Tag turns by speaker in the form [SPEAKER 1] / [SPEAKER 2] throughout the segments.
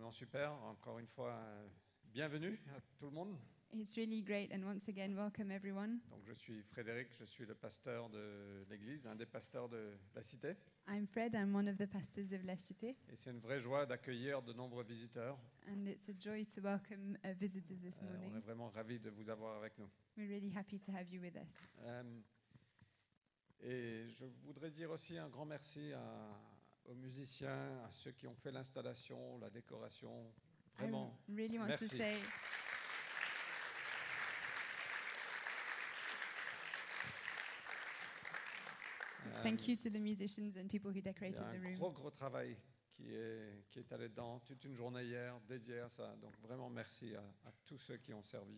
[SPEAKER 1] Non, super. Encore une fois, euh, bienvenue à tout le monde.
[SPEAKER 2] It's really great, and once again, welcome everyone.
[SPEAKER 1] Donc, je suis Frédéric, je suis le pasteur de l'église, un des pasteurs de la cité.
[SPEAKER 2] I'm Fred, I'm one of the pastors of La Cité,
[SPEAKER 1] Et c'est une vraie joie d'accueillir de nombreux visiteurs.
[SPEAKER 2] and it's a joy to welcome uh, visitors this
[SPEAKER 1] Euh, on est
[SPEAKER 2] morning.
[SPEAKER 1] vraiment ravis de vous avoir avec nous.
[SPEAKER 2] We're really happy to have you with us.
[SPEAKER 1] Euh, et je voudrais dire aussi un grand merci à- aux musiciens, à ceux qui ont fait l'installation, la décoration. Vraiment,
[SPEAKER 2] I really want
[SPEAKER 1] Merci.
[SPEAKER 2] to say
[SPEAKER 1] euh,
[SPEAKER 2] thank you to the musicians and people who
[SPEAKER 1] Il y
[SPEAKER 2] decorated
[SPEAKER 1] a
[SPEAKER 2] the
[SPEAKER 1] un
[SPEAKER 2] room.
[SPEAKER 1] gros, gros travail qui est, qui est allé dedans, toute une journée hier, dédiée à ça. Donc vraiment merci à, à tous ceux qui ont servi.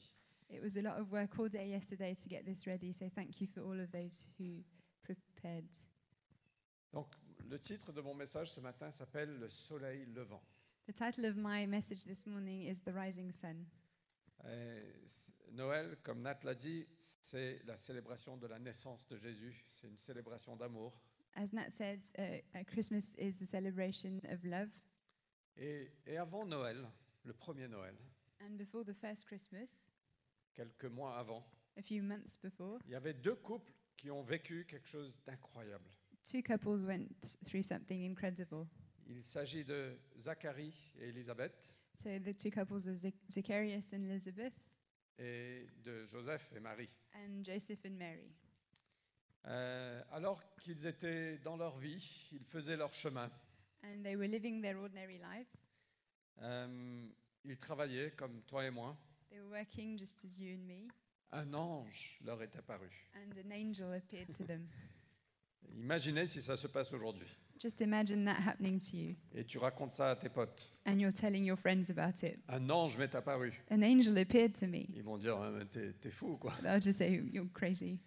[SPEAKER 2] It was a lot of work all day yesterday to get this ready, so thank you for all of those who prepared.
[SPEAKER 1] Donc le titre de mon message ce matin s'appelle Le soleil levant.
[SPEAKER 2] The title of my message this morning is The Rising Sun.
[SPEAKER 1] Et c- Noël, comme Nat l'a dit, c'est la célébration de la naissance de Jésus. C'est une célébration d'amour.
[SPEAKER 2] As Nat said, uh, uh, Christmas is the celebration of love.
[SPEAKER 1] Et, et avant Noël, le premier Noël,
[SPEAKER 2] And before the first Christmas,
[SPEAKER 1] quelques mois avant,
[SPEAKER 2] a few months before,
[SPEAKER 1] il y avait deux couples qui ont vécu quelque chose d'incroyable.
[SPEAKER 2] two couples went through something incredible.
[SPEAKER 1] Il s'agit de Zacharie et Élisabeth.
[SPEAKER 2] So the two couples are Zac- Zacharias and Elizabeth,
[SPEAKER 1] et de Joseph et Marie.
[SPEAKER 2] and Joseph and Mary.
[SPEAKER 1] Euh, alors qu'ils étaient dans leur vie, ils faisaient leur chemin.
[SPEAKER 2] And they were living their ordinary lives.
[SPEAKER 1] Euh, ils travaillaient comme toi et moi.
[SPEAKER 2] They were working just as you and me,
[SPEAKER 1] Un ange leur est apparu.
[SPEAKER 2] and an angel appeared to them.
[SPEAKER 1] Imaginez si ça se passe aujourd'hui.
[SPEAKER 2] Just imagine that happening to you,
[SPEAKER 1] Et tu racontes ça à tes potes.
[SPEAKER 2] and you're telling your friends about it.
[SPEAKER 1] Un ange m'est apparu.
[SPEAKER 2] An angel appeared to me.
[SPEAKER 1] Ils vont dire, Ah, mais t'es t'es fou, quoi.
[SPEAKER 2] They'll just say, You're crazy.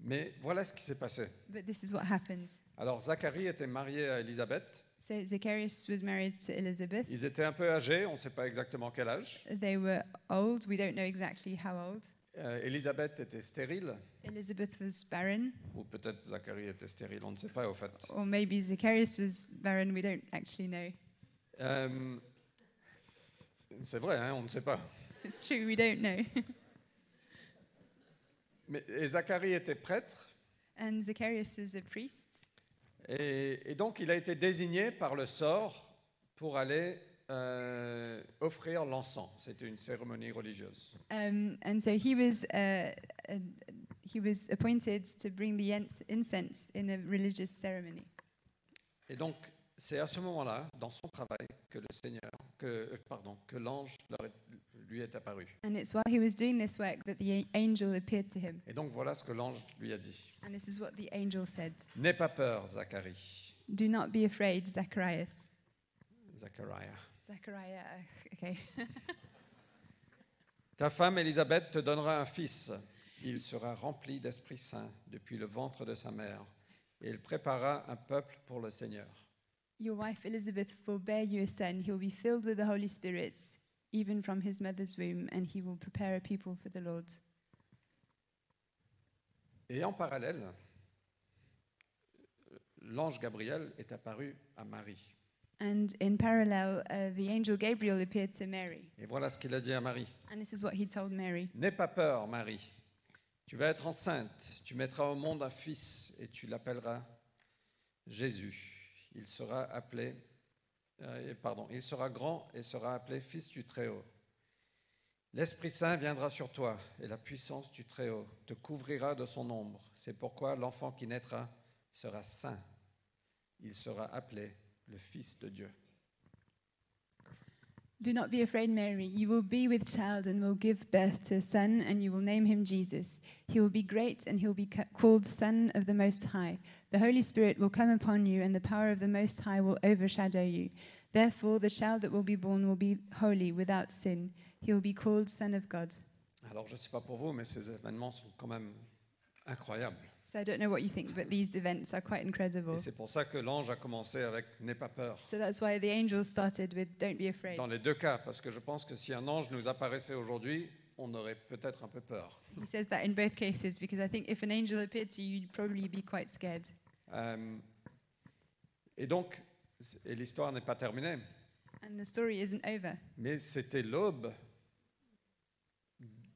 [SPEAKER 1] Mais voilà ce qui s'est passé.
[SPEAKER 2] But this is what happened.
[SPEAKER 1] Alors, Zacharie était marié à Élisabeth.
[SPEAKER 2] So Zacharias was married to Elizabeth.
[SPEAKER 1] Ils étaient un peu âgés, on ne sait pas exactement quel âge.
[SPEAKER 2] They were old. We don't know exactly how old.
[SPEAKER 1] Euh, Élisabeth était stérile,
[SPEAKER 2] Elizabeth was barren,
[SPEAKER 1] ou peut-être Zacharie était stérile, on ne sait pas au fait.
[SPEAKER 2] or maybe Zacharias was barren. We don't actually know.
[SPEAKER 1] Euh, c'est vrai, hein, on ne sait pas.
[SPEAKER 2] It's true. We don't know.
[SPEAKER 1] Mais, et Zacharie était prêtre,
[SPEAKER 2] and Zacharias was a priest,
[SPEAKER 1] et, et donc il a été désigné par le sort pour aller euh, offrir l'encens. C'était une cérémonie religieuse.
[SPEAKER 2] um, and so he was uh, uh, he was appointed to bring the ins- incense in a religious ceremony.
[SPEAKER 1] Et donc c'est à ce moment-là, dans son travail, que le Seigneur, que, euh, pardon, que l'ange leur est- lui est apparu.
[SPEAKER 2] And it's while he was doing this work that the a- angel appeared to him.
[SPEAKER 1] Et donc voilà ce que l'ange lui a dit.
[SPEAKER 2] And this is what the angel said:
[SPEAKER 1] N'aie pas peur, Zacharie.
[SPEAKER 2] "Do not be afraid, Zacharias."
[SPEAKER 1] Zachariah.
[SPEAKER 2] Zachariah. Okay.
[SPEAKER 1] Ta femme Élisabeth te donnera un fils. Il sera rempli d'Esprit Saint depuis le ventre de sa mère, et il préparera un peuple pour le Seigneur.
[SPEAKER 2] Your wife Elizabeth will bear you a son. He will be filled with the Holy Spirit, even from his mother's womb, and he will prepare a people for the Lord.
[SPEAKER 1] Et en parallèle, l'ange Gabriel est apparu à Marie.
[SPEAKER 2] And in parallel, uh, the angel Gabriel appeared to Mary.
[SPEAKER 1] Et voilà ce qu'il a dit à Marie.
[SPEAKER 2] And this is what he told Mary
[SPEAKER 1] N'aie pas peur, Marie. Tu vas être enceinte, tu mettras au monde un fils, et tu l'appelleras Jésus. Il sera appelé, euh, pardon, il sera grand et sera appelé Fils du Très-Haut. L'Esprit Saint viendra sur toi, et la puissance du Très-Haut te couvrira de son ombre. C'est pourquoi l'enfant qui naîtra sera saint. Il sera appelé le Fils de Dieu.
[SPEAKER 2] Do not be afraid, Mary. You will be with child and will give birth to a son, and you will name him Jesus. He will be great, and he will be ca- called Son of the Most High. The Holy Spirit will come upon you, and the power of the Most High will overshadow you. Therefore, the child that will be born will be holy, without sin. He will be called Son of God.
[SPEAKER 1] Alors, je ne sais pas pour vous, mais ces événements sont quand même incroyables.
[SPEAKER 2] So I don't know what you think, but these events are quite
[SPEAKER 1] Et
[SPEAKER 2] incredible.
[SPEAKER 1] c'est pour ça que l'ange a commencé avec N'aie pas peur.
[SPEAKER 2] So that's why the angel started with "Don't be afraid."
[SPEAKER 1] Dans les deux cas, parce que je pense que si un ange nous apparaissait aujourd'hui, on aurait peut-être un peu peur.
[SPEAKER 2] He says that in both cases because I think if an angel appeared to you, you'd probably be quite scared.
[SPEAKER 1] Euh, et donc, et l'histoire n'est pas terminée.
[SPEAKER 2] And the story isn't over,
[SPEAKER 1] Mais c'était l'aube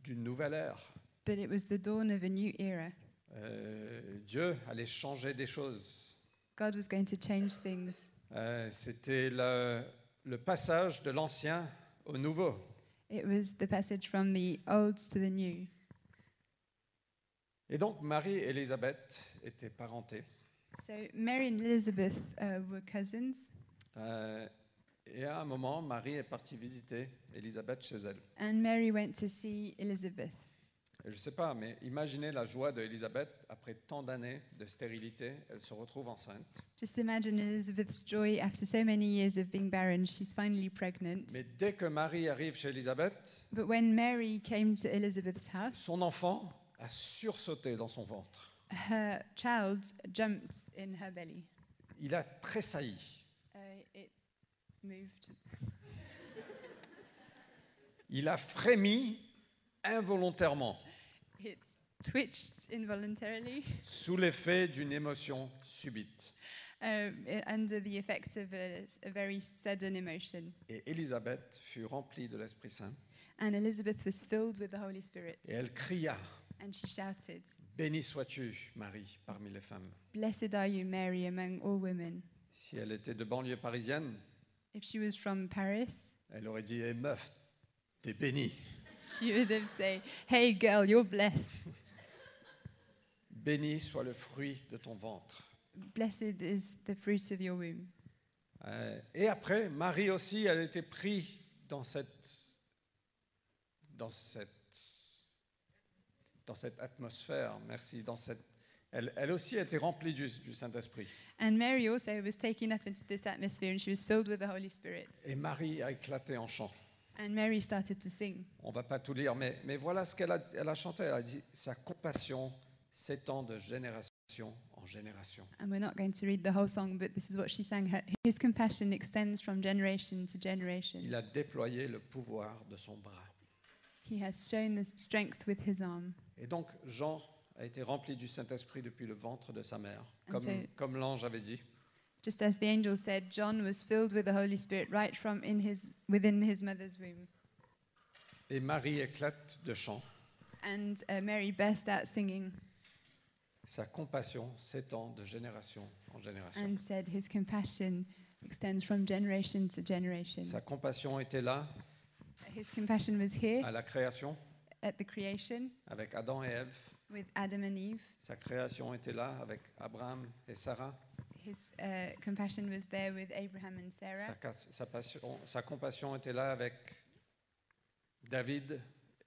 [SPEAKER 1] d'une nouvelle ère.
[SPEAKER 2] but it was the dawn of a new era.
[SPEAKER 1] Euh, Dieu allait changer des choses.
[SPEAKER 2] God was going to change things.
[SPEAKER 1] Euh, c'était le, le passage de l'ancien au nouveau.
[SPEAKER 2] It was the passage from the old to the new.
[SPEAKER 1] Et donc Marie et Élisabeth étaient parentées.
[SPEAKER 2] So Mary and Elizabeth uh, were cousins,
[SPEAKER 1] Euh, et à un moment, Marie est partie visiter Élisabeth chez elle.
[SPEAKER 2] and Mary went to see Elizabeth.
[SPEAKER 1] Et je ne sais pas, mais imaginez la joie d'Élisabeth après tant d'années de stérilité. Elle se retrouve enceinte.
[SPEAKER 2] Just imagine Elizabeth's joy after so many years of being barren, she's finally pregnant.
[SPEAKER 1] Mais dès que Marie arrive chez Élisabeth,
[SPEAKER 2] But when Mary came to Elizabeth's house,
[SPEAKER 1] son enfant a sursauté dans son ventre.
[SPEAKER 2] her child jumped in her belly.
[SPEAKER 1] Il a tressailli.
[SPEAKER 2] Uh, it moved.
[SPEAKER 1] Il a frémi involontairement
[SPEAKER 2] It twitched involuntarily
[SPEAKER 1] sous l'effet d'une émotion subite.
[SPEAKER 2] um, i- under the effects of a, s- a very sudden emotion.
[SPEAKER 1] Et Élisabeth fut remplie de l'Esprit Saint
[SPEAKER 2] And Elizabeth was filled with the Holy Spirit,
[SPEAKER 1] et elle cria
[SPEAKER 2] and she shouted,
[SPEAKER 1] Béni sois-tu, Marie, parmi les femmes.
[SPEAKER 2] Blessed are you, Mary, among all women.
[SPEAKER 1] Si elle était de banlieue parisienne,
[SPEAKER 2] If she was from Paris,
[SPEAKER 1] elle aurait dit Eh meuf, t'es bénie.
[SPEAKER 2] she would have said, Hey, girl, you're blessed.
[SPEAKER 1] Béni soit le fruit de ton ventre.
[SPEAKER 2] Blessed is the fruit of your womb.
[SPEAKER 1] Euh, et après, Marie aussi, elle était prise dans cette, dans cette, dans cette atmosphère. Merci. Dans cette, elle, elle aussi a été remplie du, du Saint-Esprit.
[SPEAKER 2] And Mary also was taken up into this atmosphere and she was filled with the Holy Spirit.
[SPEAKER 1] Et Marie a éclaté en chant.
[SPEAKER 2] And Mary started to sing.
[SPEAKER 1] On va pas tout lire, mais, mais voilà ce qu'elle a, elle a chanté. Elle a dit Sa compassion s'étend de génération en génération.
[SPEAKER 2] And we're not going to read the whole song, but this is what she sang. Her, His compassion extends from generation to
[SPEAKER 1] Il
[SPEAKER 2] generation.
[SPEAKER 1] a déployé le pouvoir de son bras.
[SPEAKER 2] He has shown the strength with his arm.
[SPEAKER 1] Et donc Jean a été rempli du Saint-Esprit depuis le ventre de sa mère,
[SPEAKER 2] And
[SPEAKER 1] comme,
[SPEAKER 2] so-
[SPEAKER 1] comme l'ange avait dit.
[SPEAKER 2] Just as the angel said, John was filled with the Holy Spirit right from in his, within his mother's womb.
[SPEAKER 1] Et Marie éclate de chant.
[SPEAKER 2] And uh, Mary burst out singing
[SPEAKER 1] Sa compassion s'étend de génération en génération.
[SPEAKER 2] and said, His compassion extends from generation to generation.
[SPEAKER 1] Sa compassion était là
[SPEAKER 2] His compassion was here
[SPEAKER 1] à la création
[SPEAKER 2] at the creation
[SPEAKER 1] avec Adam et Ève.
[SPEAKER 2] with Adam and Eve.
[SPEAKER 1] Sa création était là avec Abraham et Sarah.
[SPEAKER 2] His uh, compassion was there with Abraham and
[SPEAKER 1] Sa,
[SPEAKER 2] Sarah.
[SPEAKER 1] cas- sa passion- sa compassion était là avec David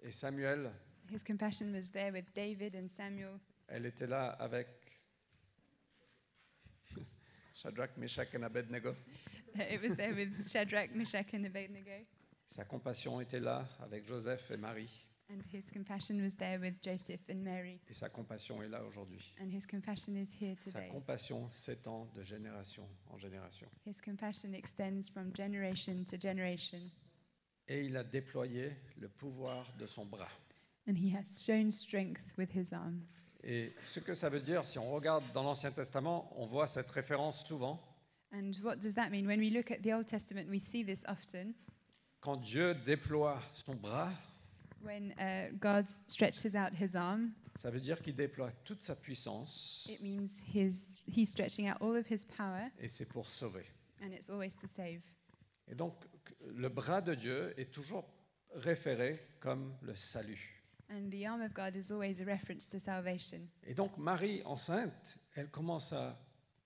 [SPEAKER 1] et Samuel.
[SPEAKER 2] His compassion was there with David and Samuel.
[SPEAKER 1] Elle était là avec Shadrach, Meshach et Abednego.
[SPEAKER 2] it was there with Shadrach, Meshach, and Abednego.
[SPEAKER 1] Sa compassion était là avec Joseph et Marie.
[SPEAKER 2] And his compassion was there with Joseph and Mary.
[SPEAKER 1] Et sa compassion est là aujourd'hui.
[SPEAKER 2] And his compassion is here
[SPEAKER 1] Sa
[SPEAKER 2] today.
[SPEAKER 1] compassion s'étend de génération en génération.
[SPEAKER 2] His compassion extends from generation to generation.
[SPEAKER 1] Et il a déployé le pouvoir de son bras.
[SPEAKER 2] And he has shown strength with his arm.
[SPEAKER 1] Et ce que ça veut dire, si on regarde dans l'Ancien Testament, on voit cette référence souvent.
[SPEAKER 2] And what does that mean? When we look at the Old Testament, we see this often.
[SPEAKER 1] Quand Dieu déploie son bras,
[SPEAKER 2] When uh, God stretches out his arm,
[SPEAKER 1] ça veut dire qu'il déploie toute sa puissance
[SPEAKER 2] it means his, he's stretching out all of his power,
[SPEAKER 1] et c'est pour sauver.
[SPEAKER 2] and it's always to save.
[SPEAKER 1] Et donc, le bras de Dieu est toujours référé comme le salut.
[SPEAKER 2] And the arm of God is always a reference to salvation.
[SPEAKER 1] Et donc Marie, enceinte, elle commence à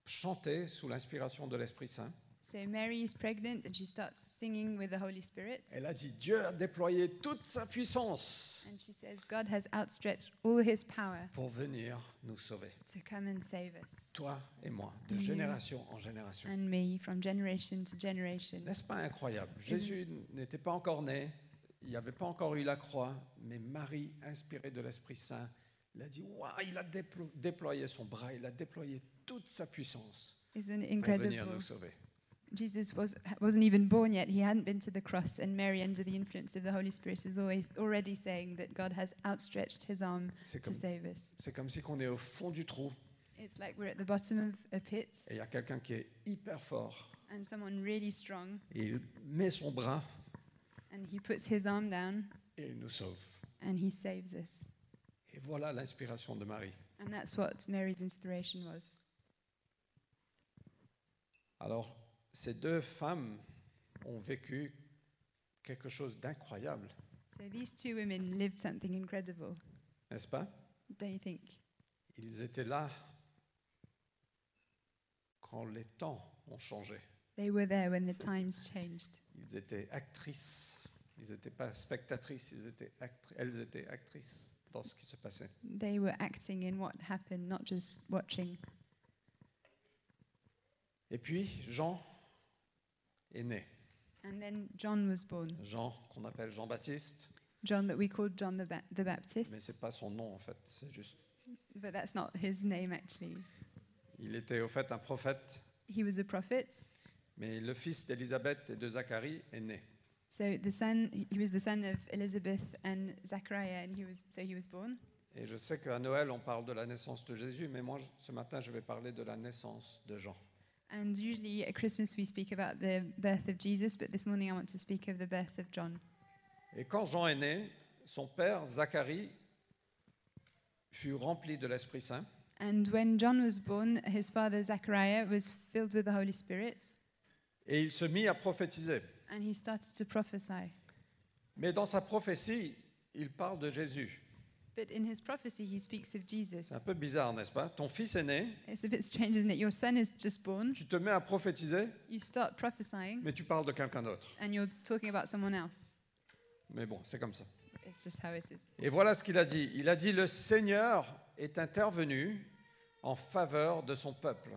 [SPEAKER 1] chanter sous l'inspiration de l'Esprit Saint.
[SPEAKER 2] So Mary is pregnant and she starts singing with the Holy Spirit.
[SPEAKER 1] Elle a dit, Dieu a déployé toute sa puissance
[SPEAKER 2] And she says, God has outstretched all his power
[SPEAKER 1] pour venir nous sauver,
[SPEAKER 2] to come and save us.
[SPEAKER 1] toi et moi, de
[SPEAKER 2] Amen.
[SPEAKER 1] génération en génération.
[SPEAKER 2] And me from generation to generation.
[SPEAKER 1] N'est-ce pas incroyable Jésus n'était pas encore né, il n'y avait pas encore eu la croix, mais Marie, inspirée de l'Esprit Saint, elle a dit, Waouh, il a déplo- déployé son bras, il a déployé toute sa puissance
[SPEAKER 2] Isn't it
[SPEAKER 1] pour venir
[SPEAKER 2] incredible?
[SPEAKER 1] nous sauver.
[SPEAKER 2] Jesus was, wasn't even born yet. He hadn't been to the cross. And Mary, under the influence of the Holy Spirit, is always already saying that God has outstretched his arm
[SPEAKER 1] C'est
[SPEAKER 2] to
[SPEAKER 1] comme,
[SPEAKER 2] save us.
[SPEAKER 1] c'est comme si on est au fond du trou
[SPEAKER 2] It's like we're at the bottom of a pit
[SPEAKER 1] Et il y a quelqu'un qui est hyper fort
[SPEAKER 2] and someone really strong,
[SPEAKER 1] et il met son bras
[SPEAKER 2] and he puts his arm down
[SPEAKER 1] et il nous sauve.
[SPEAKER 2] and he saves us.
[SPEAKER 1] Et voilà l'inspiration de Marie.
[SPEAKER 2] And that's what Mary's inspiration was.
[SPEAKER 1] Alors, ces deux femmes ont vécu quelque chose d'incroyable,
[SPEAKER 2] So these two women lived something incredible,
[SPEAKER 1] n'est-ce pas
[SPEAKER 2] don't you think?
[SPEAKER 1] Ils étaient là quand les temps ont changé.
[SPEAKER 2] They were there when the times changed.
[SPEAKER 1] Ils étaient actrices. Ils n'étaient pas spectatrices, ils étaient actri- elles étaient actrices dans ce qui se passait.
[SPEAKER 2] They were acting in what happened, not just watching.
[SPEAKER 1] Et puis, Jean est né.
[SPEAKER 2] And then John was born.
[SPEAKER 1] Jean, qu'on appelle Jean-Baptiste,
[SPEAKER 2] John, that we called John the, ba- the
[SPEAKER 1] mais
[SPEAKER 2] Baptist,
[SPEAKER 1] ce n'est pas son nom en fait, c'est juste.
[SPEAKER 2] but that's not his name actually.
[SPEAKER 1] Il était au fait un prophète,
[SPEAKER 2] He was a prophet,
[SPEAKER 1] mais le fils d'Élisabeth et de Zacharie est né.
[SPEAKER 2] so the son he was the son of Elizabeth and Zachariah, and he was so he was born.
[SPEAKER 1] Et je sais qu'à Noël, on parle de la naissance de Jésus, mais moi, je- ce matin, je vais parler de la naissance de Jean.
[SPEAKER 2] And usually at Christmas we speak about the birth of Jesus, but this morning I want to speak of the birth of John.
[SPEAKER 1] Et quand Jean est né, son père, Zacharie, fut rempli de l'Esprit Saint.
[SPEAKER 2] And when John was born, his father Zachariah was filled with the Holy Spirit,
[SPEAKER 1] Et il se mit à prophétiser.
[SPEAKER 2] and he started to prophesy.
[SPEAKER 1] Mais dans sa prophétie, il parle de Jésus.
[SPEAKER 2] But in his prophecy, he speaks of Jesus.
[SPEAKER 1] C'est un peu bizarre, n'est-ce pas Ton fils est né,
[SPEAKER 2] It's a bit strange, isn't it? Your son is just born,
[SPEAKER 1] tu te mets à prophétiser,
[SPEAKER 2] you start prophesying,
[SPEAKER 1] mais tu parles de quelqu'un d'autre.
[SPEAKER 2] and you're talking about someone else.
[SPEAKER 1] Mais bon, c'est comme ça.
[SPEAKER 2] It's just how it is.
[SPEAKER 1] Et voilà ce qu'il a dit. Il a dit, le Seigneur est intervenu en faveur de son peuple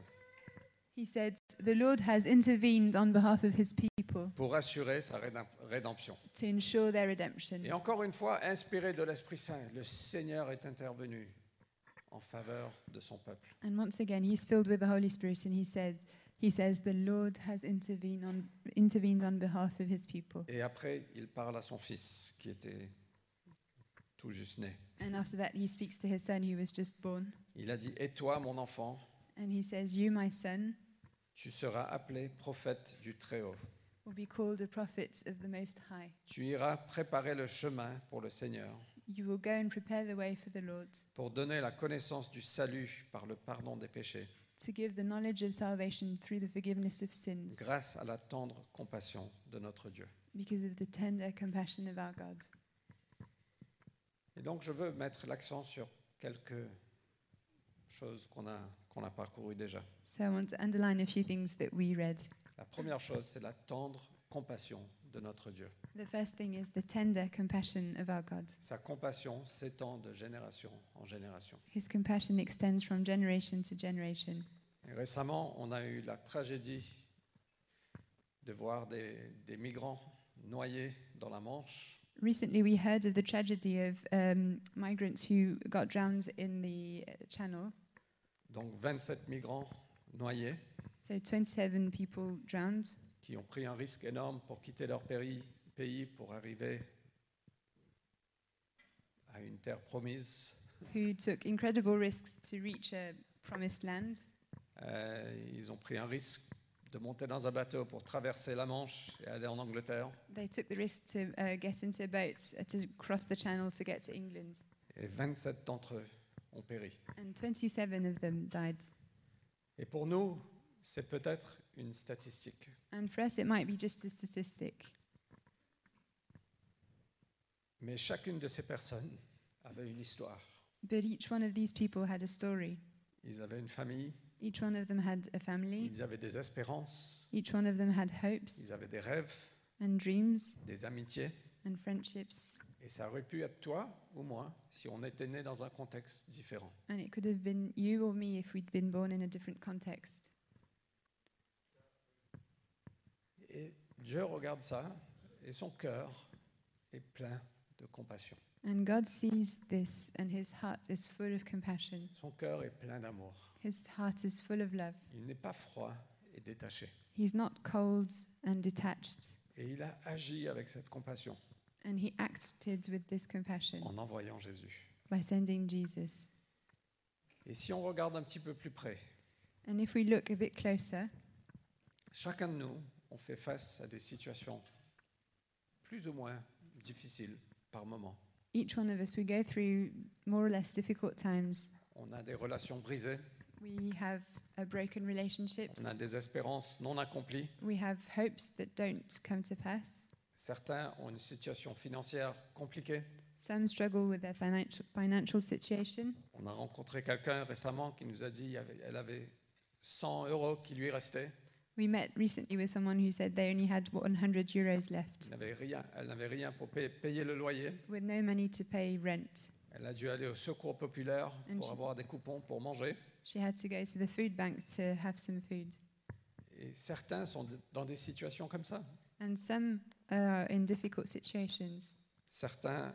[SPEAKER 2] He said, The Lord has intervened on behalf of his people
[SPEAKER 1] pour assurer sa rédem- rédemption.
[SPEAKER 2] to ensure their redemption.
[SPEAKER 1] Et encore une fois, inspiré de l'Esprit Saint, le Seigneur est intervenu en faveur de son peuple.
[SPEAKER 2] And once again, he's filled with the Holy Spirit and he said, he says, The Lord has intervened on, intervened on behalf of his people.
[SPEAKER 1] Et après, il parle à son fils qui était tout juste né.
[SPEAKER 2] And after that, he speaks to his son who was just born.
[SPEAKER 1] Il a dit, et toi, mon enfant,
[SPEAKER 2] And he says, You, my son,
[SPEAKER 1] tu seras appelé prophète du Très-Haut.
[SPEAKER 2] will be called a prophet of the Most High.
[SPEAKER 1] Tu iras préparer le chemin pour le Seigneur,
[SPEAKER 2] You will go and prepare the way for the Lord
[SPEAKER 1] pour donner la connaissance du salut par le pardon des péchés,
[SPEAKER 2] to give the knowledge of salvation through the forgiveness of sins
[SPEAKER 1] grâce à la tendre compassion de notre Dieu.
[SPEAKER 2] because of the tender compassion of our God.
[SPEAKER 1] Et donc, je veux mettre l'accent sur quelques choses qu'on a, qu'on a parcourues déjà.
[SPEAKER 2] So I want to underline a few things that we read.
[SPEAKER 1] La première chose, c'est la tendre compassion de notre Dieu.
[SPEAKER 2] The first thing is the tender compassion of our God.
[SPEAKER 1] Sa compassion s'étend de génération en génération.
[SPEAKER 2] His compassion extends from generation to generation.
[SPEAKER 1] Et récemment, on a eu la tragédie de voir des, des migrants noyés dans la Manche.
[SPEAKER 2] Recently, we heard of the tragedy of um, migrants who got drowned in the uh, channel.
[SPEAKER 1] Donc 27 migrants noyés
[SPEAKER 2] So 27 people drowned,
[SPEAKER 1] qui ont pris un risque énorme pour quitter leur péri- pays pour arriver à une terre promise.
[SPEAKER 2] who took incredible risks to reach a promised land.
[SPEAKER 1] Euh, ils ont pris un risque de monter dans un bateau pour traverser la Manche et aller en Angleterre.
[SPEAKER 2] They took the risk to uh, get into boats uh, to cross the channel to get to England,
[SPEAKER 1] Et 27 d'entre eux ont péri.
[SPEAKER 2] and 27 of them died.
[SPEAKER 1] Et pour nous, c'est peut-être une statistique.
[SPEAKER 2] And for us, it might be just a statistic,
[SPEAKER 1] Mais chacune de ces personnes avait une histoire.
[SPEAKER 2] but each one of these people had a story.
[SPEAKER 1] Ils avaient une famille,
[SPEAKER 2] Each one of them had a family.
[SPEAKER 1] ils avaient des espérances,
[SPEAKER 2] Each one of them had hopes
[SPEAKER 1] ils avaient des rêves,
[SPEAKER 2] and dreams
[SPEAKER 1] des amitiés.
[SPEAKER 2] and friendships,
[SPEAKER 1] Et ça aurait pu être toi ou moi si on était né dans un contexte différent.
[SPEAKER 2] and it could have been you or me if we'd been born in a different context.
[SPEAKER 1] Et Dieu regarde ça et son cœur est plein de compassion.
[SPEAKER 2] And God sees this, and his heart is full of compassion.
[SPEAKER 1] Son cœur est plein d'amour.
[SPEAKER 2] His heart is full of love.
[SPEAKER 1] Il n'est pas froid et détaché.
[SPEAKER 2] He's not cold and detached,
[SPEAKER 1] Et il a agi avec cette compassion
[SPEAKER 2] and he acted with this compassion
[SPEAKER 1] en envoyant Jésus.
[SPEAKER 2] by sending Jesus.
[SPEAKER 1] Et si on regarde un petit peu plus près,
[SPEAKER 2] And if we look a bit closer,
[SPEAKER 1] Chacun de nous, on fait face à des situations plus ou moins difficiles par moment.
[SPEAKER 2] Each one of us, we go through more or less difficult times.
[SPEAKER 1] On a des relations brisées,
[SPEAKER 2] We have uh, broken relationships.
[SPEAKER 1] on a des espérances non accomplies.
[SPEAKER 2] We have hopes that don't come to pass.
[SPEAKER 1] Certains ont une situation financière compliquée.
[SPEAKER 2] Some struggle with their financial, financial situation.
[SPEAKER 1] On a rencontré quelqu'un récemment qui nous a dit qu'elle avait 100 euros qui lui restaient.
[SPEAKER 2] We met recently with someone who said they only had 100 euros left
[SPEAKER 1] Elle n'avait rien, elle n'avait rien pour paye- payer le loyer.
[SPEAKER 2] with no money to pay rent.
[SPEAKER 1] Elle a dû aller au secours populaire
[SPEAKER 2] Une
[SPEAKER 1] pour
[SPEAKER 2] petite-
[SPEAKER 1] avoir des coupons pour manger.
[SPEAKER 2] She had to go to the food bank to have some food.
[SPEAKER 1] Et certains sont d- dans des situations comme ça.
[SPEAKER 2] And some are in difficult situations.
[SPEAKER 1] Certains,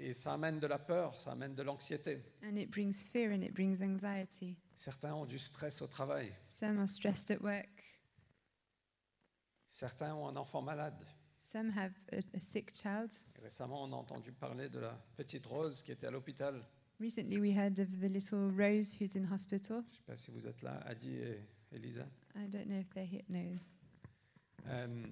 [SPEAKER 1] et ça amène de la peur, ça amène de l'anxiété.
[SPEAKER 2] And it brings fear and it brings anxiety.
[SPEAKER 1] Certains ont du stress au travail.
[SPEAKER 2] Some are stressed at work.
[SPEAKER 1] Certains ont un enfant malade.
[SPEAKER 2] Some have a, a sick child.
[SPEAKER 1] Et Récemment, on a entendu parler de la petite Rose qui était à l'hôpital.
[SPEAKER 2] Recently, we heard of the little Rose who's in hospital.
[SPEAKER 1] Je ne sais pas si vous êtes là, Adi et Elisa.
[SPEAKER 2] I don't know if they're here. No.
[SPEAKER 1] Euh,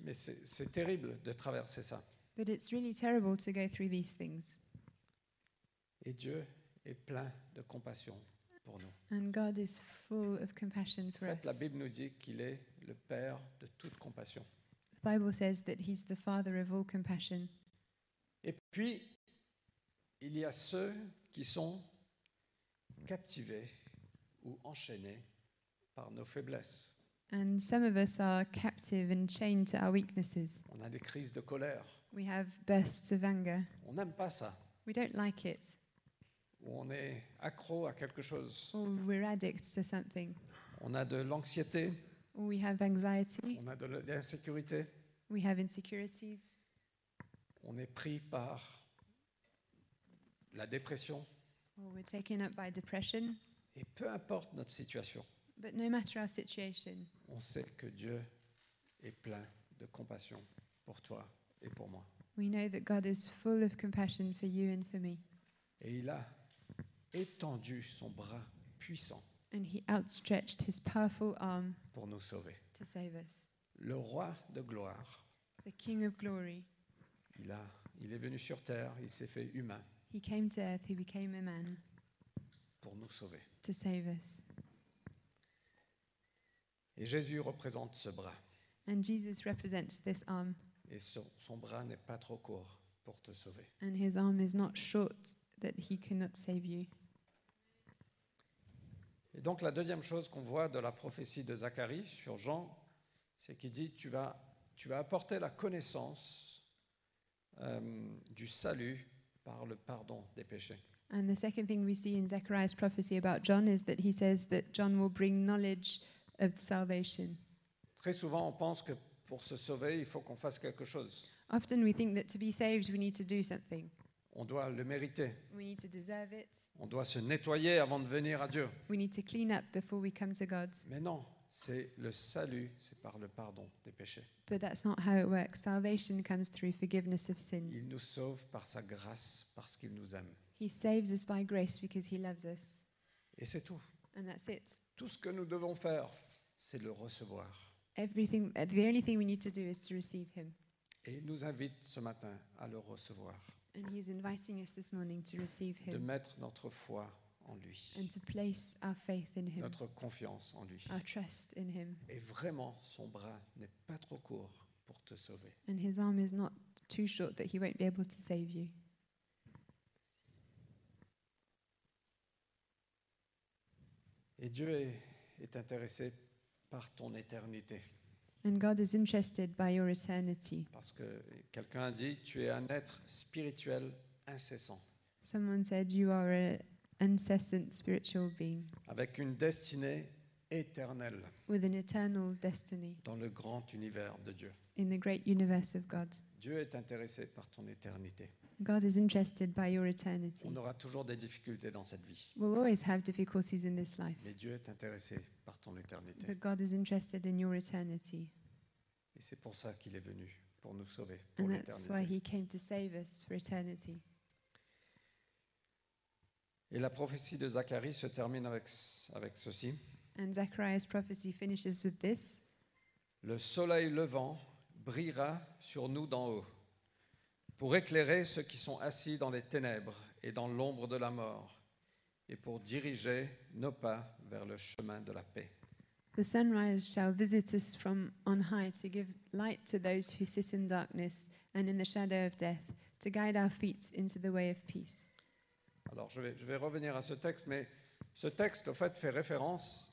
[SPEAKER 1] mais c'est c'est terrible de traverser ça.
[SPEAKER 2] But it's really terrible to go through these things.
[SPEAKER 1] Et Dieu est plein de compassion pour nous.
[SPEAKER 2] And God is full of compassion
[SPEAKER 1] En
[SPEAKER 2] for
[SPEAKER 1] fait, la
[SPEAKER 2] us. The
[SPEAKER 1] Bible nous dit qu'il est le Père de toute compassion.
[SPEAKER 2] Bible says that He's the Father of all compassion.
[SPEAKER 1] Et puis, il y a ceux qui sont captivés ou enchaînés par nos faiblesses.
[SPEAKER 2] And some of us are captive and chained to our weaknesses.
[SPEAKER 1] On a des crises de colère.
[SPEAKER 2] We have bursts of anger.
[SPEAKER 1] On n'aime pas ça.
[SPEAKER 2] We don't like it,
[SPEAKER 1] Ou on est accro à quelque chose.
[SPEAKER 2] or we're addicts to something,
[SPEAKER 1] On a de l'anxiété,
[SPEAKER 2] or we have anxiety,
[SPEAKER 1] on a de l'insécurité.
[SPEAKER 2] we have insecurities,
[SPEAKER 1] On est pris par la dépression.
[SPEAKER 2] or we're taken up by depression.
[SPEAKER 1] Et peu importe notre situation,
[SPEAKER 2] But no matter our situation,
[SPEAKER 1] on sait que Dieu est plein de compassion pour toi et pour moi.
[SPEAKER 2] we know that God is full of compassion for you and for me.
[SPEAKER 1] Et il a étendu son bras puissant
[SPEAKER 2] And He outstretched His powerful arm
[SPEAKER 1] pour nous sauver.
[SPEAKER 2] to save us.
[SPEAKER 1] Le roi de gloire,
[SPEAKER 2] The King of glory,
[SPEAKER 1] il, a, il est venu sur terre, il s'est fait humain
[SPEAKER 2] He came to earth, He became a man
[SPEAKER 1] pour nous sauver.
[SPEAKER 2] to save us.
[SPEAKER 1] Et Jésus représente ce bras.
[SPEAKER 2] And Jesus represents this arm,
[SPEAKER 1] Et son, son bras n'est pas trop court pour te sauver.
[SPEAKER 2] and His arm is not short that He cannot save you.
[SPEAKER 1] Et donc la deuxième chose qu'on voit de la prophétie de Zacharie sur Jean, c'est qu'il dit, tu vas, tu vas apporter la connaissance euh, du salut par le pardon des péchés.
[SPEAKER 2] And the second thing we see in Zechariah's prophecy about John is that he says that John will bring knowledge of salvation.
[SPEAKER 1] Très souvent, on pense que pour se sauver, il faut qu'on fasse quelque chose.
[SPEAKER 2] Often we think that to be saved, we need to do something.
[SPEAKER 1] On doit le mériter.
[SPEAKER 2] We need to deserve it.
[SPEAKER 1] On doit se nettoyer avant de venir à Dieu.
[SPEAKER 2] We need to clean up before we come to God.
[SPEAKER 1] Mais non, c'est le salut, c'est par le pardon des péchés.
[SPEAKER 2] But that's not how it works. Salvation comes through forgiveness of
[SPEAKER 1] Il
[SPEAKER 2] sins.
[SPEAKER 1] nous sauve par sa grâce, parce qu'il nous aime.
[SPEAKER 2] He saves us by grace because he loves us.
[SPEAKER 1] Et c'est tout.
[SPEAKER 2] And that's it.
[SPEAKER 1] Tout ce que nous devons faire, c'est le recevoir.
[SPEAKER 2] Everything, uh, the only thing we need to do is to receive him.
[SPEAKER 1] Et il nous invite ce matin à le recevoir,
[SPEAKER 2] And he's inviting us this morning to receive
[SPEAKER 1] de
[SPEAKER 2] him
[SPEAKER 1] mettre notre foi en lui,
[SPEAKER 2] and to place our faith in him,
[SPEAKER 1] notre confiance en lui.
[SPEAKER 2] our trust in him.
[SPEAKER 1] Et vraiment, son bras n'est pas trop court pour te sauver.
[SPEAKER 2] and his arm is not too short that he won't be able to save you.
[SPEAKER 1] Et Dieu est, est intéressé par ton éternité.
[SPEAKER 2] And God is interested by your eternity.
[SPEAKER 1] Parce que quelqu'un a dit, tu es un être spirituel incessant,
[SPEAKER 2] Someone said you are an incessant spiritual being
[SPEAKER 1] avec une destinée éternelle
[SPEAKER 2] with an eternal destiny
[SPEAKER 1] dans le grand univers de Dieu.
[SPEAKER 2] in the great universe of God.
[SPEAKER 1] Dieu est intéressé par ton éternité.
[SPEAKER 2] God is interested by your eternity.
[SPEAKER 1] On aura toujours des difficultés dans cette vie,
[SPEAKER 2] We'll always have difficulties in this life,
[SPEAKER 1] mais Dieu est intéressé par ton éternité.
[SPEAKER 2] but God is interested in your eternity.
[SPEAKER 1] Et c'est pour ça qu'il est venu, pour nous sauver, pour
[SPEAKER 2] And that's why
[SPEAKER 1] l'éternité.
[SPEAKER 2] he came to save us for eternity.
[SPEAKER 1] Et la prophétie de Zacharie se termine avec, avec ceci.
[SPEAKER 2] And Zechariah's prophecy finishes with this
[SPEAKER 1] Le soleil levant brillera sur nous d'en haut, pour éclairer ceux qui sont assis dans les ténèbres et dans l'ombre de la mort, et pour diriger nos pas vers le chemin de la paix.
[SPEAKER 2] The sunrise shall visit us from on high to give light to those who sit in darkness and in the shadow of death, to guide our feet into the way of peace.
[SPEAKER 1] Alors je vais, je vais revenir à ce texte, mais ce texte, au fait, fait référence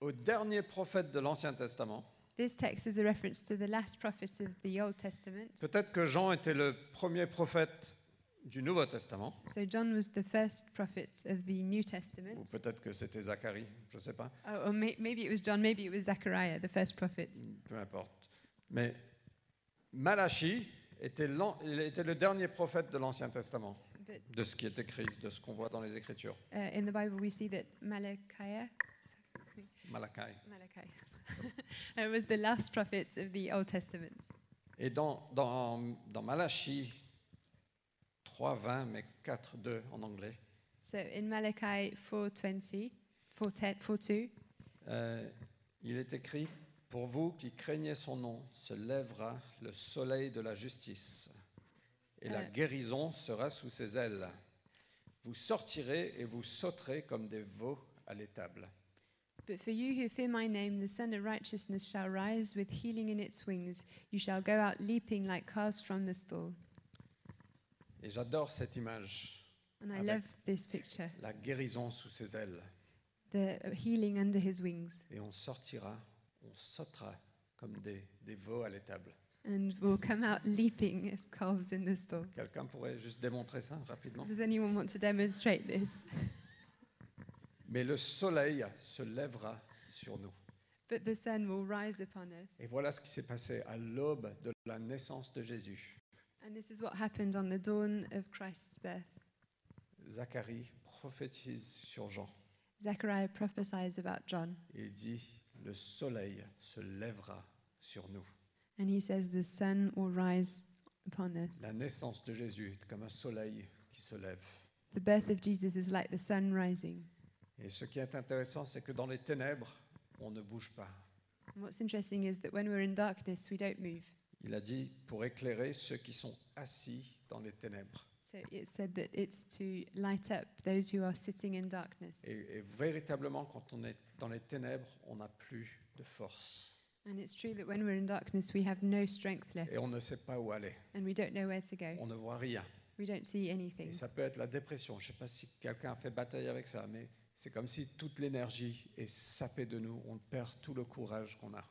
[SPEAKER 1] au dernier prophète de l'Ancien Testament.
[SPEAKER 2] This text is a reference to the last prophet of the Old Testament.
[SPEAKER 1] Peut-être que Jean était le premier prophète du Nouveau Testament,
[SPEAKER 2] So John was the first prophet of the New
[SPEAKER 1] ou
[SPEAKER 2] Testament.
[SPEAKER 1] peut-être que c'était Zacharie, je ne sais pas,
[SPEAKER 2] Oh, or may, maybe it was John, maybe it was Zechariah, the first prophet.
[SPEAKER 1] peu importe. Mais Malachie était, l'an- il était le dernier prophète de l'Ancien Testament,
[SPEAKER 2] But
[SPEAKER 1] de ce qui est écrit, de ce qu'on voit dans les Écritures.
[SPEAKER 2] uh, in the Bible, we see that Malachi,
[SPEAKER 1] Malachi.
[SPEAKER 2] Malachi uh, was the last prophet of the Old Testament.
[SPEAKER 1] Et dans, dans, dans Malachie 3.20, mais 4.2 en anglais,
[SPEAKER 2] So in Malachi 4:20, 4:10, 4:2,
[SPEAKER 1] euh, il est écrit Pour vous qui craignez son nom, se lèvera le soleil de la justice, et la
[SPEAKER 2] Euh.
[SPEAKER 1] guérison sera sous ses ailes. Vous sortirez et vous sauterez comme des veaux à l'étable.
[SPEAKER 2] But for you who fear my name, the sun of righteousness shall rise with healing in its wings. You shall go out leaping like calves from the stall.
[SPEAKER 1] Et j'adore cette image,
[SPEAKER 2] And I
[SPEAKER 1] Avec-
[SPEAKER 2] love this picture
[SPEAKER 1] la guérison sous ses ailes.
[SPEAKER 2] the healing under his wings.
[SPEAKER 1] Et on sortira, on sautera comme des, des veaux à l'étable.
[SPEAKER 2] And will come out leaping as calves in the stall.
[SPEAKER 1] Quelqu'un pourrait juste démontrer ça rapidement
[SPEAKER 2] Does anyone want to demonstrate this?
[SPEAKER 1] Mais le soleil se lèvera sur nous.
[SPEAKER 2] But the sun will rise upon us.
[SPEAKER 1] Et voilà ce qui s'est passé à l'aube de la naissance de Jésus.
[SPEAKER 2] And this is what happened on the dawn of Christ's birth.
[SPEAKER 1] Zacharie prophétise sur Jean
[SPEAKER 2] Zechariah prophesies about John,
[SPEAKER 1] et dit Le soleil se lèvera sur nous.
[SPEAKER 2] and he says, The sun will rise upon us.
[SPEAKER 1] La naissance de Jésus est comme un soleil qui se lève.
[SPEAKER 2] The birth of Jesus is like the sun rising.
[SPEAKER 1] Et ce qui est intéressant, c'est que dans les ténèbres, on ne bouge pas.
[SPEAKER 2] And what's interesting is that when we're in darkness, we don't move.
[SPEAKER 1] Il a dit pour éclairer ceux qui sont assis dans les ténèbres.
[SPEAKER 2] So it said that it's to light up those who are sitting in darkness.
[SPEAKER 1] Et, et véritablement, quand on est dans les ténèbres, on n'a plus de force.
[SPEAKER 2] And it's true that when we're in darkness, we have no strength left
[SPEAKER 1] Et on ne sait pas où aller.
[SPEAKER 2] and we don't know where to go.
[SPEAKER 1] On ne voit rien.
[SPEAKER 2] We don't see
[SPEAKER 1] Et
[SPEAKER 2] anything.
[SPEAKER 1] ça peut être la dépression. Je ne sais pas si quelqu'un a fait bataille avec ça, mais c'est comme si toute l'énergie est sapée de nous. On perd tout le courage qu'on a.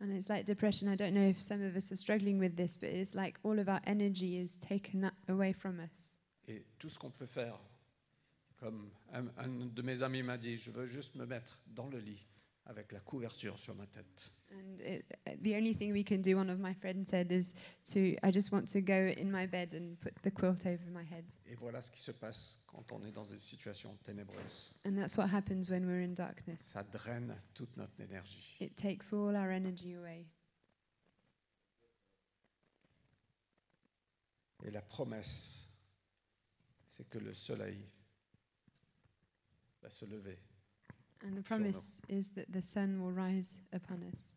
[SPEAKER 2] And it's like depression. I don't know if some of us are struggling with this, but it's like all of our energy is taken up- away from us.
[SPEAKER 1] Et tout ce qu'on peut faire, comme un, un de mes amis m'a dit, je veux juste me mettre dans le lit avec la couverture sur ma tête.
[SPEAKER 2] And it, the only thing we can do, one of my friends said, is to, I just want to go in my bed and put the quilt over my head.
[SPEAKER 1] Et voilà ce qui se passe quand on est dans des situations ténébreuses.
[SPEAKER 2] And that's what happens when we're in darkness.
[SPEAKER 1] Ça draine toute notre énergie.
[SPEAKER 2] It takes all our energy away.
[SPEAKER 1] Et la promesse, c'est que le soleil va se lever.
[SPEAKER 2] And the
[SPEAKER 1] Sure
[SPEAKER 2] promise is that the sun will rise upon us.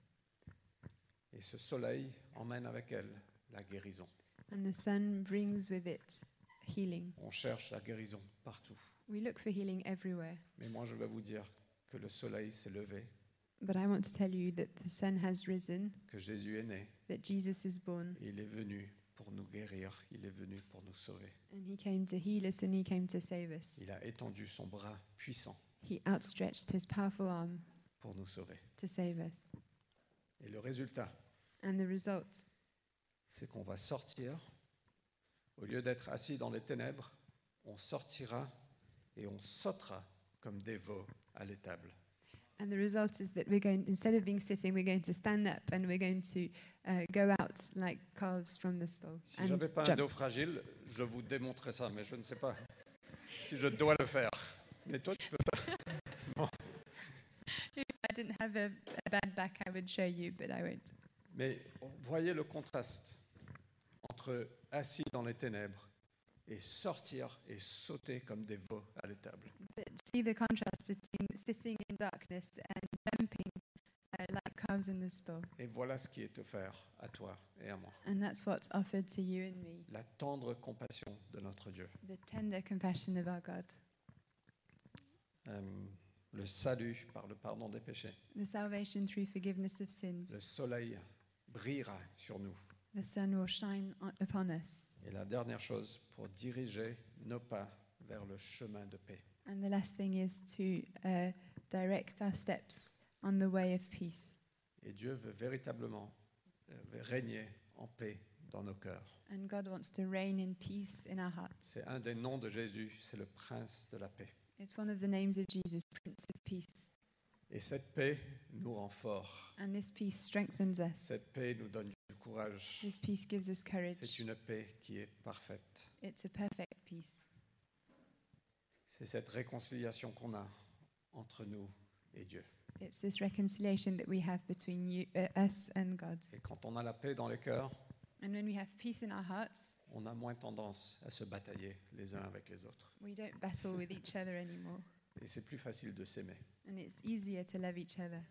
[SPEAKER 1] Et ce soleil emmène avec elle la guérison.
[SPEAKER 2] And the sun brings with it healing.
[SPEAKER 1] On cherche la guérison partout.
[SPEAKER 2] We look for healing everywhere.
[SPEAKER 1] Mais moi, je vais vous dire que le soleil s'est levé,
[SPEAKER 2] But I want to tell you that the sun has risen,
[SPEAKER 1] que Jésus est né,
[SPEAKER 2] that Jesus is born,
[SPEAKER 1] et il est venu pour nous guérir, il est venu pour nous sauver.
[SPEAKER 2] and he came to heal us and he came to save us.
[SPEAKER 1] Il a étendu son bras puissant
[SPEAKER 2] He outstretched his powerful arm
[SPEAKER 1] pour nous sauver.
[SPEAKER 2] to save us.
[SPEAKER 1] Et le résultat,
[SPEAKER 2] And the result
[SPEAKER 1] c'est qu'on va sortir, au lieu d'être assis dans les ténèbres, on sortira et on sautera comme des veaux à l'étable.
[SPEAKER 2] And the result is that we're going, instead of being sitting, we're going to stand up and we're going to uh, go out like calves from the stall.
[SPEAKER 1] Si
[SPEAKER 2] and
[SPEAKER 1] j'avais pas un
[SPEAKER 2] jump.
[SPEAKER 1] dos fragile, je vous démontrais ça, mais je ne sais pas si je dois le faire. Mais toi, tu peux.
[SPEAKER 2] I didn't have a, a bad back, I would show you, but I won't.
[SPEAKER 1] Mais voyez le contraste entre assis dans les ténèbres et sortir et sauter comme des veaux à l'étable.
[SPEAKER 2] But see the contrast between sitting in darkness and I like calves in the store.
[SPEAKER 1] Et voilà ce qui est offert à toi et à moi.
[SPEAKER 2] And that's what's offered to you and me
[SPEAKER 1] La tendre compassion de notre Dieu.
[SPEAKER 2] the tender compassion of our God,
[SPEAKER 1] Euh, le salut par le pardon des péchés.
[SPEAKER 2] the salvation through forgiveness of sins.
[SPEAKER 1] Le soleil brillera sur nous.
[SPEAKER 2] The sun will shine on- upon us.
[SPEAKER 1] Et la dernière chose, pour diriger nos pas vers le chemin de paix.
[SPEAKER 2] And the last thing is to uh, direct our steps on the way of peace.
[SPEAKER 1] Et Dieu veut véritablement euh, régner en paix dans nos cœurs.
[SPEAKER 2] And God wants to reign in peace in our hearts.
[SPEAKER 1] C'est un des noms de Jésus, c'est le prince de la paix.
[SPEAKER 2] It's one of the names of Jesus, Prince of Peace.
[SPEAKER 1] Et cette paix nous rend forts.
[SPEAKER 2] And this peace strengthens us.
[SPEAKER 1] Cette paix nous donne du courage.
[SPEAKER 2] This peace gives us
[SPEAKER 1] C'est
[SPEAKER 2] courage.
[SPEAKER 1] une paix qui est parfaite.
[SPEAKER 2] It's a perfect peace.
[SPEAKER 1] C'est cette réconciliation qu'on a entre nous et Dieu.
[SPEAKER 2] It's this reconciliation that we have between you, uh, us and God.
[SPEAKER 1] Et quand on a la paix dans les cœurs,
[SPEAKER 2] And when we have peace in our hearts,
[SPEAKER 1] on a moins tendance à se batailler les uns avec les autres.
[SPEAKER 2] we don't battle with each other anymore.
[SPEAKER 1] Et c'est plus facile de s'aimer.
[SPEAKER 2] And it's easier to love each other.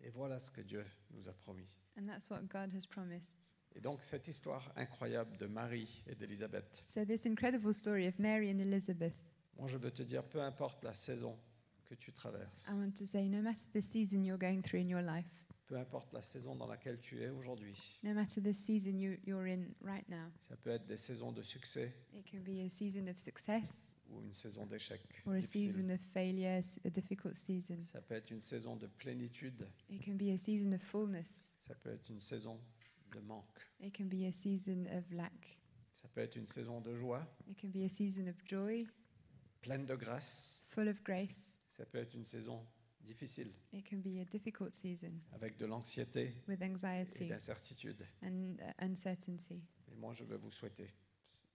[SPEAKER 1] Et voilà ce que Dieu nous a promis.
[SPEAKER 2] And that's what God has promised.
[SPEAKER 1] Et donc cette histoire incroyable de Marie et d'Élisabeth,
[SPEAKER 2] So, this incredible story of Mary and Elizabeth,
[SPEAKER 1] moi je veux te dire, peu importe la saison que tu traverses,
[SPEAKER 2] I want to say no matter the season you're going through in your life,
[SPEAKER 1] peu importe la saison dans laquelle tu es aujourd'hui,
[SPEAKER 2] no matter the season you, you're in right now,
[SPEAKER 1] ça peut être des saisons de succès
[SPEAKER 2] it can be a season of success
[SPEAKER 1] ou une saison d'échec.
[SPEAKER 2] or a
[SPEAKER 1] difficile.
[SPEAKER 2] season of failure, s- a difficult season.
[SPEAKER 1] Ça peut être une saison de plénitude,
[SPEAKER 2] It can be a season of fullness.
[SPEAKER 1] ça peut être une saison de manque,
[SPEAKER 2] It can be a season of lack.
[SPEAKER 1] ça peut être une saison de joie,
[SPEAKER 2] It can be a season of joy,
[SPEAKER 1] pleine de grâce,
[SPEAKER 2] full of grace.
[SPEAKER 1] ça peut être une saison difficile,
[SPEAKER 2] It can be a difficult season
[SPEAKER 1] avec de l'anxiété
[SPEAKER 2] with
[SPEAKER 1] et
[SPEAKER 2] anxiety
[SPEAKER 1] d'incertitude.
[SPEAKER 2] and uh, uncertainty.
[SPEAKER 1] Et moi je veux vous souhaiter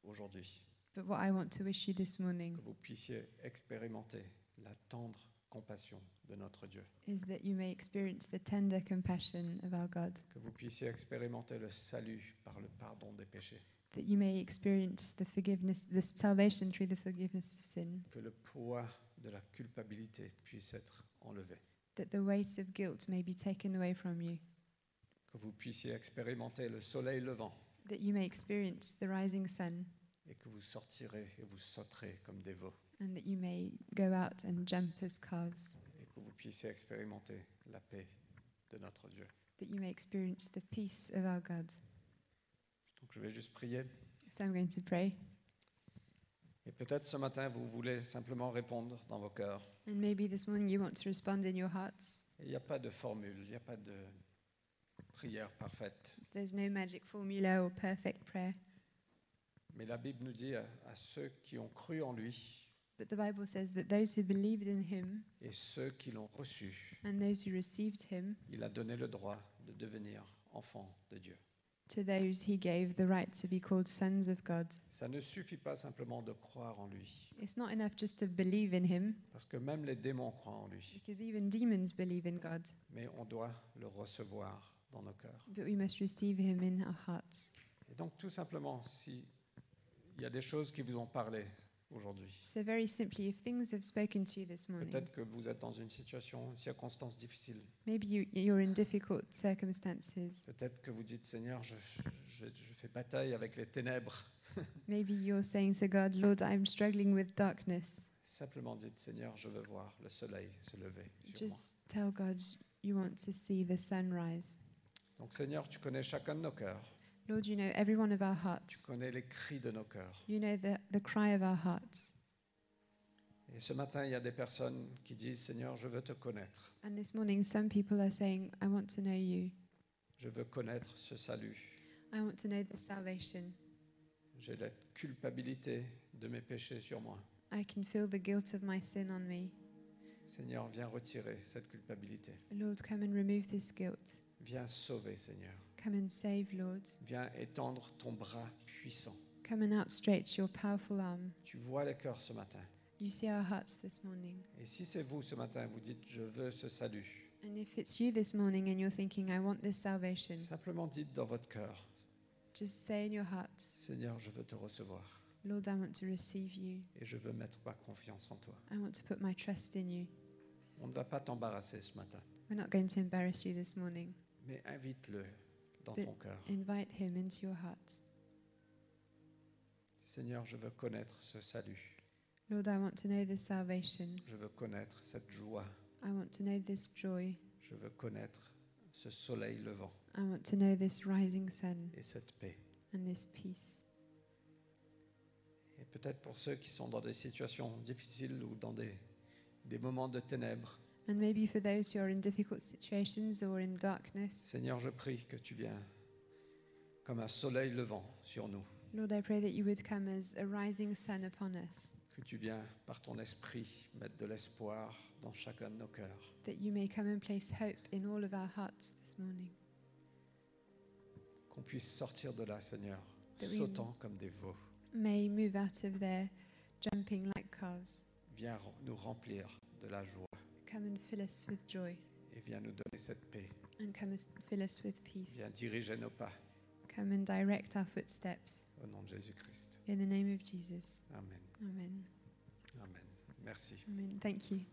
[SPEAKER 1] aujourd'hui
[SPEAKER 2] But what I want to wish you this morning
[SPEAKER 1] que vous puissiez expérimenter la tendre compassion de notre Dieu,
[SPEAKER 2] is that you may experience the tender compassion of our God,
[SPEAKER 1] que vous puissiez expérimenter le salut par le pardon des péchés,
[SPEAKER 2] that you may experience the forgiveness, the salvation through the forgiveness of sin,
[SPEAKER 1] que le poids de la culpabilité puisse être enlevé,
[SPEAKER 2] that the weight of guilt may be taken away from you,
[SPEAKER 1] que vous puissiez expérimenter le soleil levant
[SPEAKER 2] that you may experience the rising sun,
[SPEAKER 1] et que vous sortirez et vous sauterez comme des veaux
[SPEAKER 2] and that you may go out and jump as calves,
[SPEAKER 1] et que vous puissiez expérimenter la paix de notre Dieu.
[SPEAKER 2] that you may experience the peace of our God.
[SPEAKER 1] Donc je vais juste prier
[SPEAKER 2] So I'm going to pray.
[SPEAKER 1] et peut-être ce matin vous voulez simplement répondre dans vos cœurs.
[SPEAKER 2] And maybe this morning you want to respond in your hearts.
[SPEAKER 1] Et Il n'y a pas de formule, il n'y a pas de prière parfaite.
[SPEAKER 2] There's no magic formula or perfect prayer.
[SPEAKER 1] Mais la Bible nous dit à, à ceux qui ont cru en lui
[SPEAKER 2] But the Bible says that those who believed in him
[SPEAKER 1] et ceux qui l'ont reçu,
[SPEAKER 2] and those who received him,
[SPEAKER 1] il a donné le droit de devenir enfant de Dieu.
[SPEAKER 2] to those he gave the right to be called sons of God.
[SPEAKER 1] Ça ne suffit pas simplement de croire en lui,
[SPEAKER 2] It's not enough just to believe in him,
[SPEAKER 1] parce que même les démons croient en lui,
[SPEAKER 2] because even demons believe in God,
[SPEAKER 1] mais on doit le recevoir dans nos cœurs.
[SPEAKER 2] but we must receive him in our hearts.
[SPEAKER 1] Et donc tout simplement, s'il y a des choses qui vous ont parlé aujourd'hui,
[SPEAKER 2] So, very simply, if things have spoken to you this morning,
[SPEAKER 1] peut-être que vous êtes dans une situation, une circonstance difficile,
[SPEAKER 2] maybe you, you're in difficult circumstances,
[SPEAKER 1] peut-être que vous dites Seigneur, je- je- je fais bataille avec les ténèbres.
[SPEAKER 2] maybe you're saying to God, Lord, I'm struggling with darkness.
[SPEAKER 1] Simplement dites, Seigneur, je veux voir le soleil se lever sur moi.
[SPEAKER 2] Just tell God you want to see the sunrise.
[SPEAKER 1] Donc, Seigneur, tu connais chacun de nos cœurs.
[SPEAKER 2] Lord, you know every one of our
[SPEAKER 1] Tu
[SPEAKER 2] hearts,
[SPEAKER 1] connais les cris de nos cœurs.
[SPEAKER 2] you know the, the cry of our hearts.
[SPEAKER 1] Et ce matin, il y a des personnes qui disent, Seigneur, je veux te connaître.
[SPEAKER 2] And this morning, some people are saying, I want to know you.
[SPEAKER 1] Je veux connaître ce salut.
[SPEAKER 2] I want to know the salvation.
[SPEAKER 1] J'ai la culpabilité de mes péchés sur moi.
[SPEAKER 2] I can feel the guilt of my sin on me.
[SPEAKER 1] Seigneur, viens retirer cette culpabilité.
[SPEAKER 2] Lord, come and remove this guilt.
[SPEAKER 1] Viens sauver, Seigneur.
[SPEAKER 2] Come and save, Lord.
[SPEAKER 1] Viens étendre ton bras puissant.
[SPEAKER 2] Come and outstretch your powerful arm.
[SPEAKER 1] Tu vois les cœurs ce matin.
[SPEAKER 2] You see our hearts this morning.
[SPEAKER 1] Et si c'est vous ce matin, vous dites, je veux ce salut.
[SPEAKER 2] And if it's you this morning and you're thinking, I want this salvation,
[SPEAKER 1] Simplement dites dans votre cœur,
[SPEAKER 2] just say in your hearts,
[SPEAKER 1] Seigneur, je veux te recevoir.
[SPEAKER 2] Lord, I want to receive you.
[SPEAKER 1] et je veux mettre ma confiance en toi.
[SPEAKER 2] I want to put my trust in you.
[SPEAKER 1] On ne va pas t'embarrasser ce matin.
[SPEAKER 2] We're not going to embarrass you this morning.
[SPEAKER 1] mais invite-le dans
[SPEAKER 2] Pe-
[SPEAKER 1] ton cœur.
[SPEAKER 2] Invite him into your heart.
[SPEAKER 1] Seigneur, je veux connaître ce salut.
[SPEAKER 2] Lord, I want to know this salvation.
[SPEAKER 1] Je veux connaître cette joie.
[SPEAKER 2] I want to know this joy.
[SPEAKER 1] Je veux connaître ce soleil levant
[SPEAKER 2] I want to know this rising sun
[SPEAKER 1] et cette paix.
[SPEAKER 2] and this peace.
[SPEAKER 1] Et peut-être pour ceux qui sont dans des situations difficiles ou dans des, des moments de ténèbres,
[SPEAKER 2] And maybe for those who are in difficult situations or in darkness,
[SPEAKER 1] Seigneur, je prie que tu viennes comme un soleil levant sur nous,
[SPEAKER 2] Lord, I pray that you would come as a rising sun upon us,
[SPEAKER 1] que tu viens par ton esprit mettre de l'espoir dans chacun de nos cœurs.
[SPEAKER 2] that you may come and place hope in all of our hearts this morning,
[SPEAKER 1] Qu'on puisse sortir de là, Seigneur,
[SPEAKER 2] That we-
[SPEAKER 1] sautant comme des veaux.
[SPEAKER 2] may move out of there jumping like calves.
[SPEAKER 1] Viens ren- nous remplir de la joie
[SPEAKER 2] Come and fill us with joy,
[SPEAKER 1] et viens nous donner cette paix.
[SPEAKER 2] and come and fill us with peace.
[SPEAKER 1] Viens diriger nos pas
[SPEAKER 2] Come and direct our footsteps.
[SPEAKER 1] au nom de Jésus-Christ.
[SPEAKER 2] In the name of Jesus.
[SPEAKER 1] Amen.
[SPEAKER 2] Amen.
[SPEAKER 1] Amen. Merci.
[SPEAKER 2] Amen. Thank you.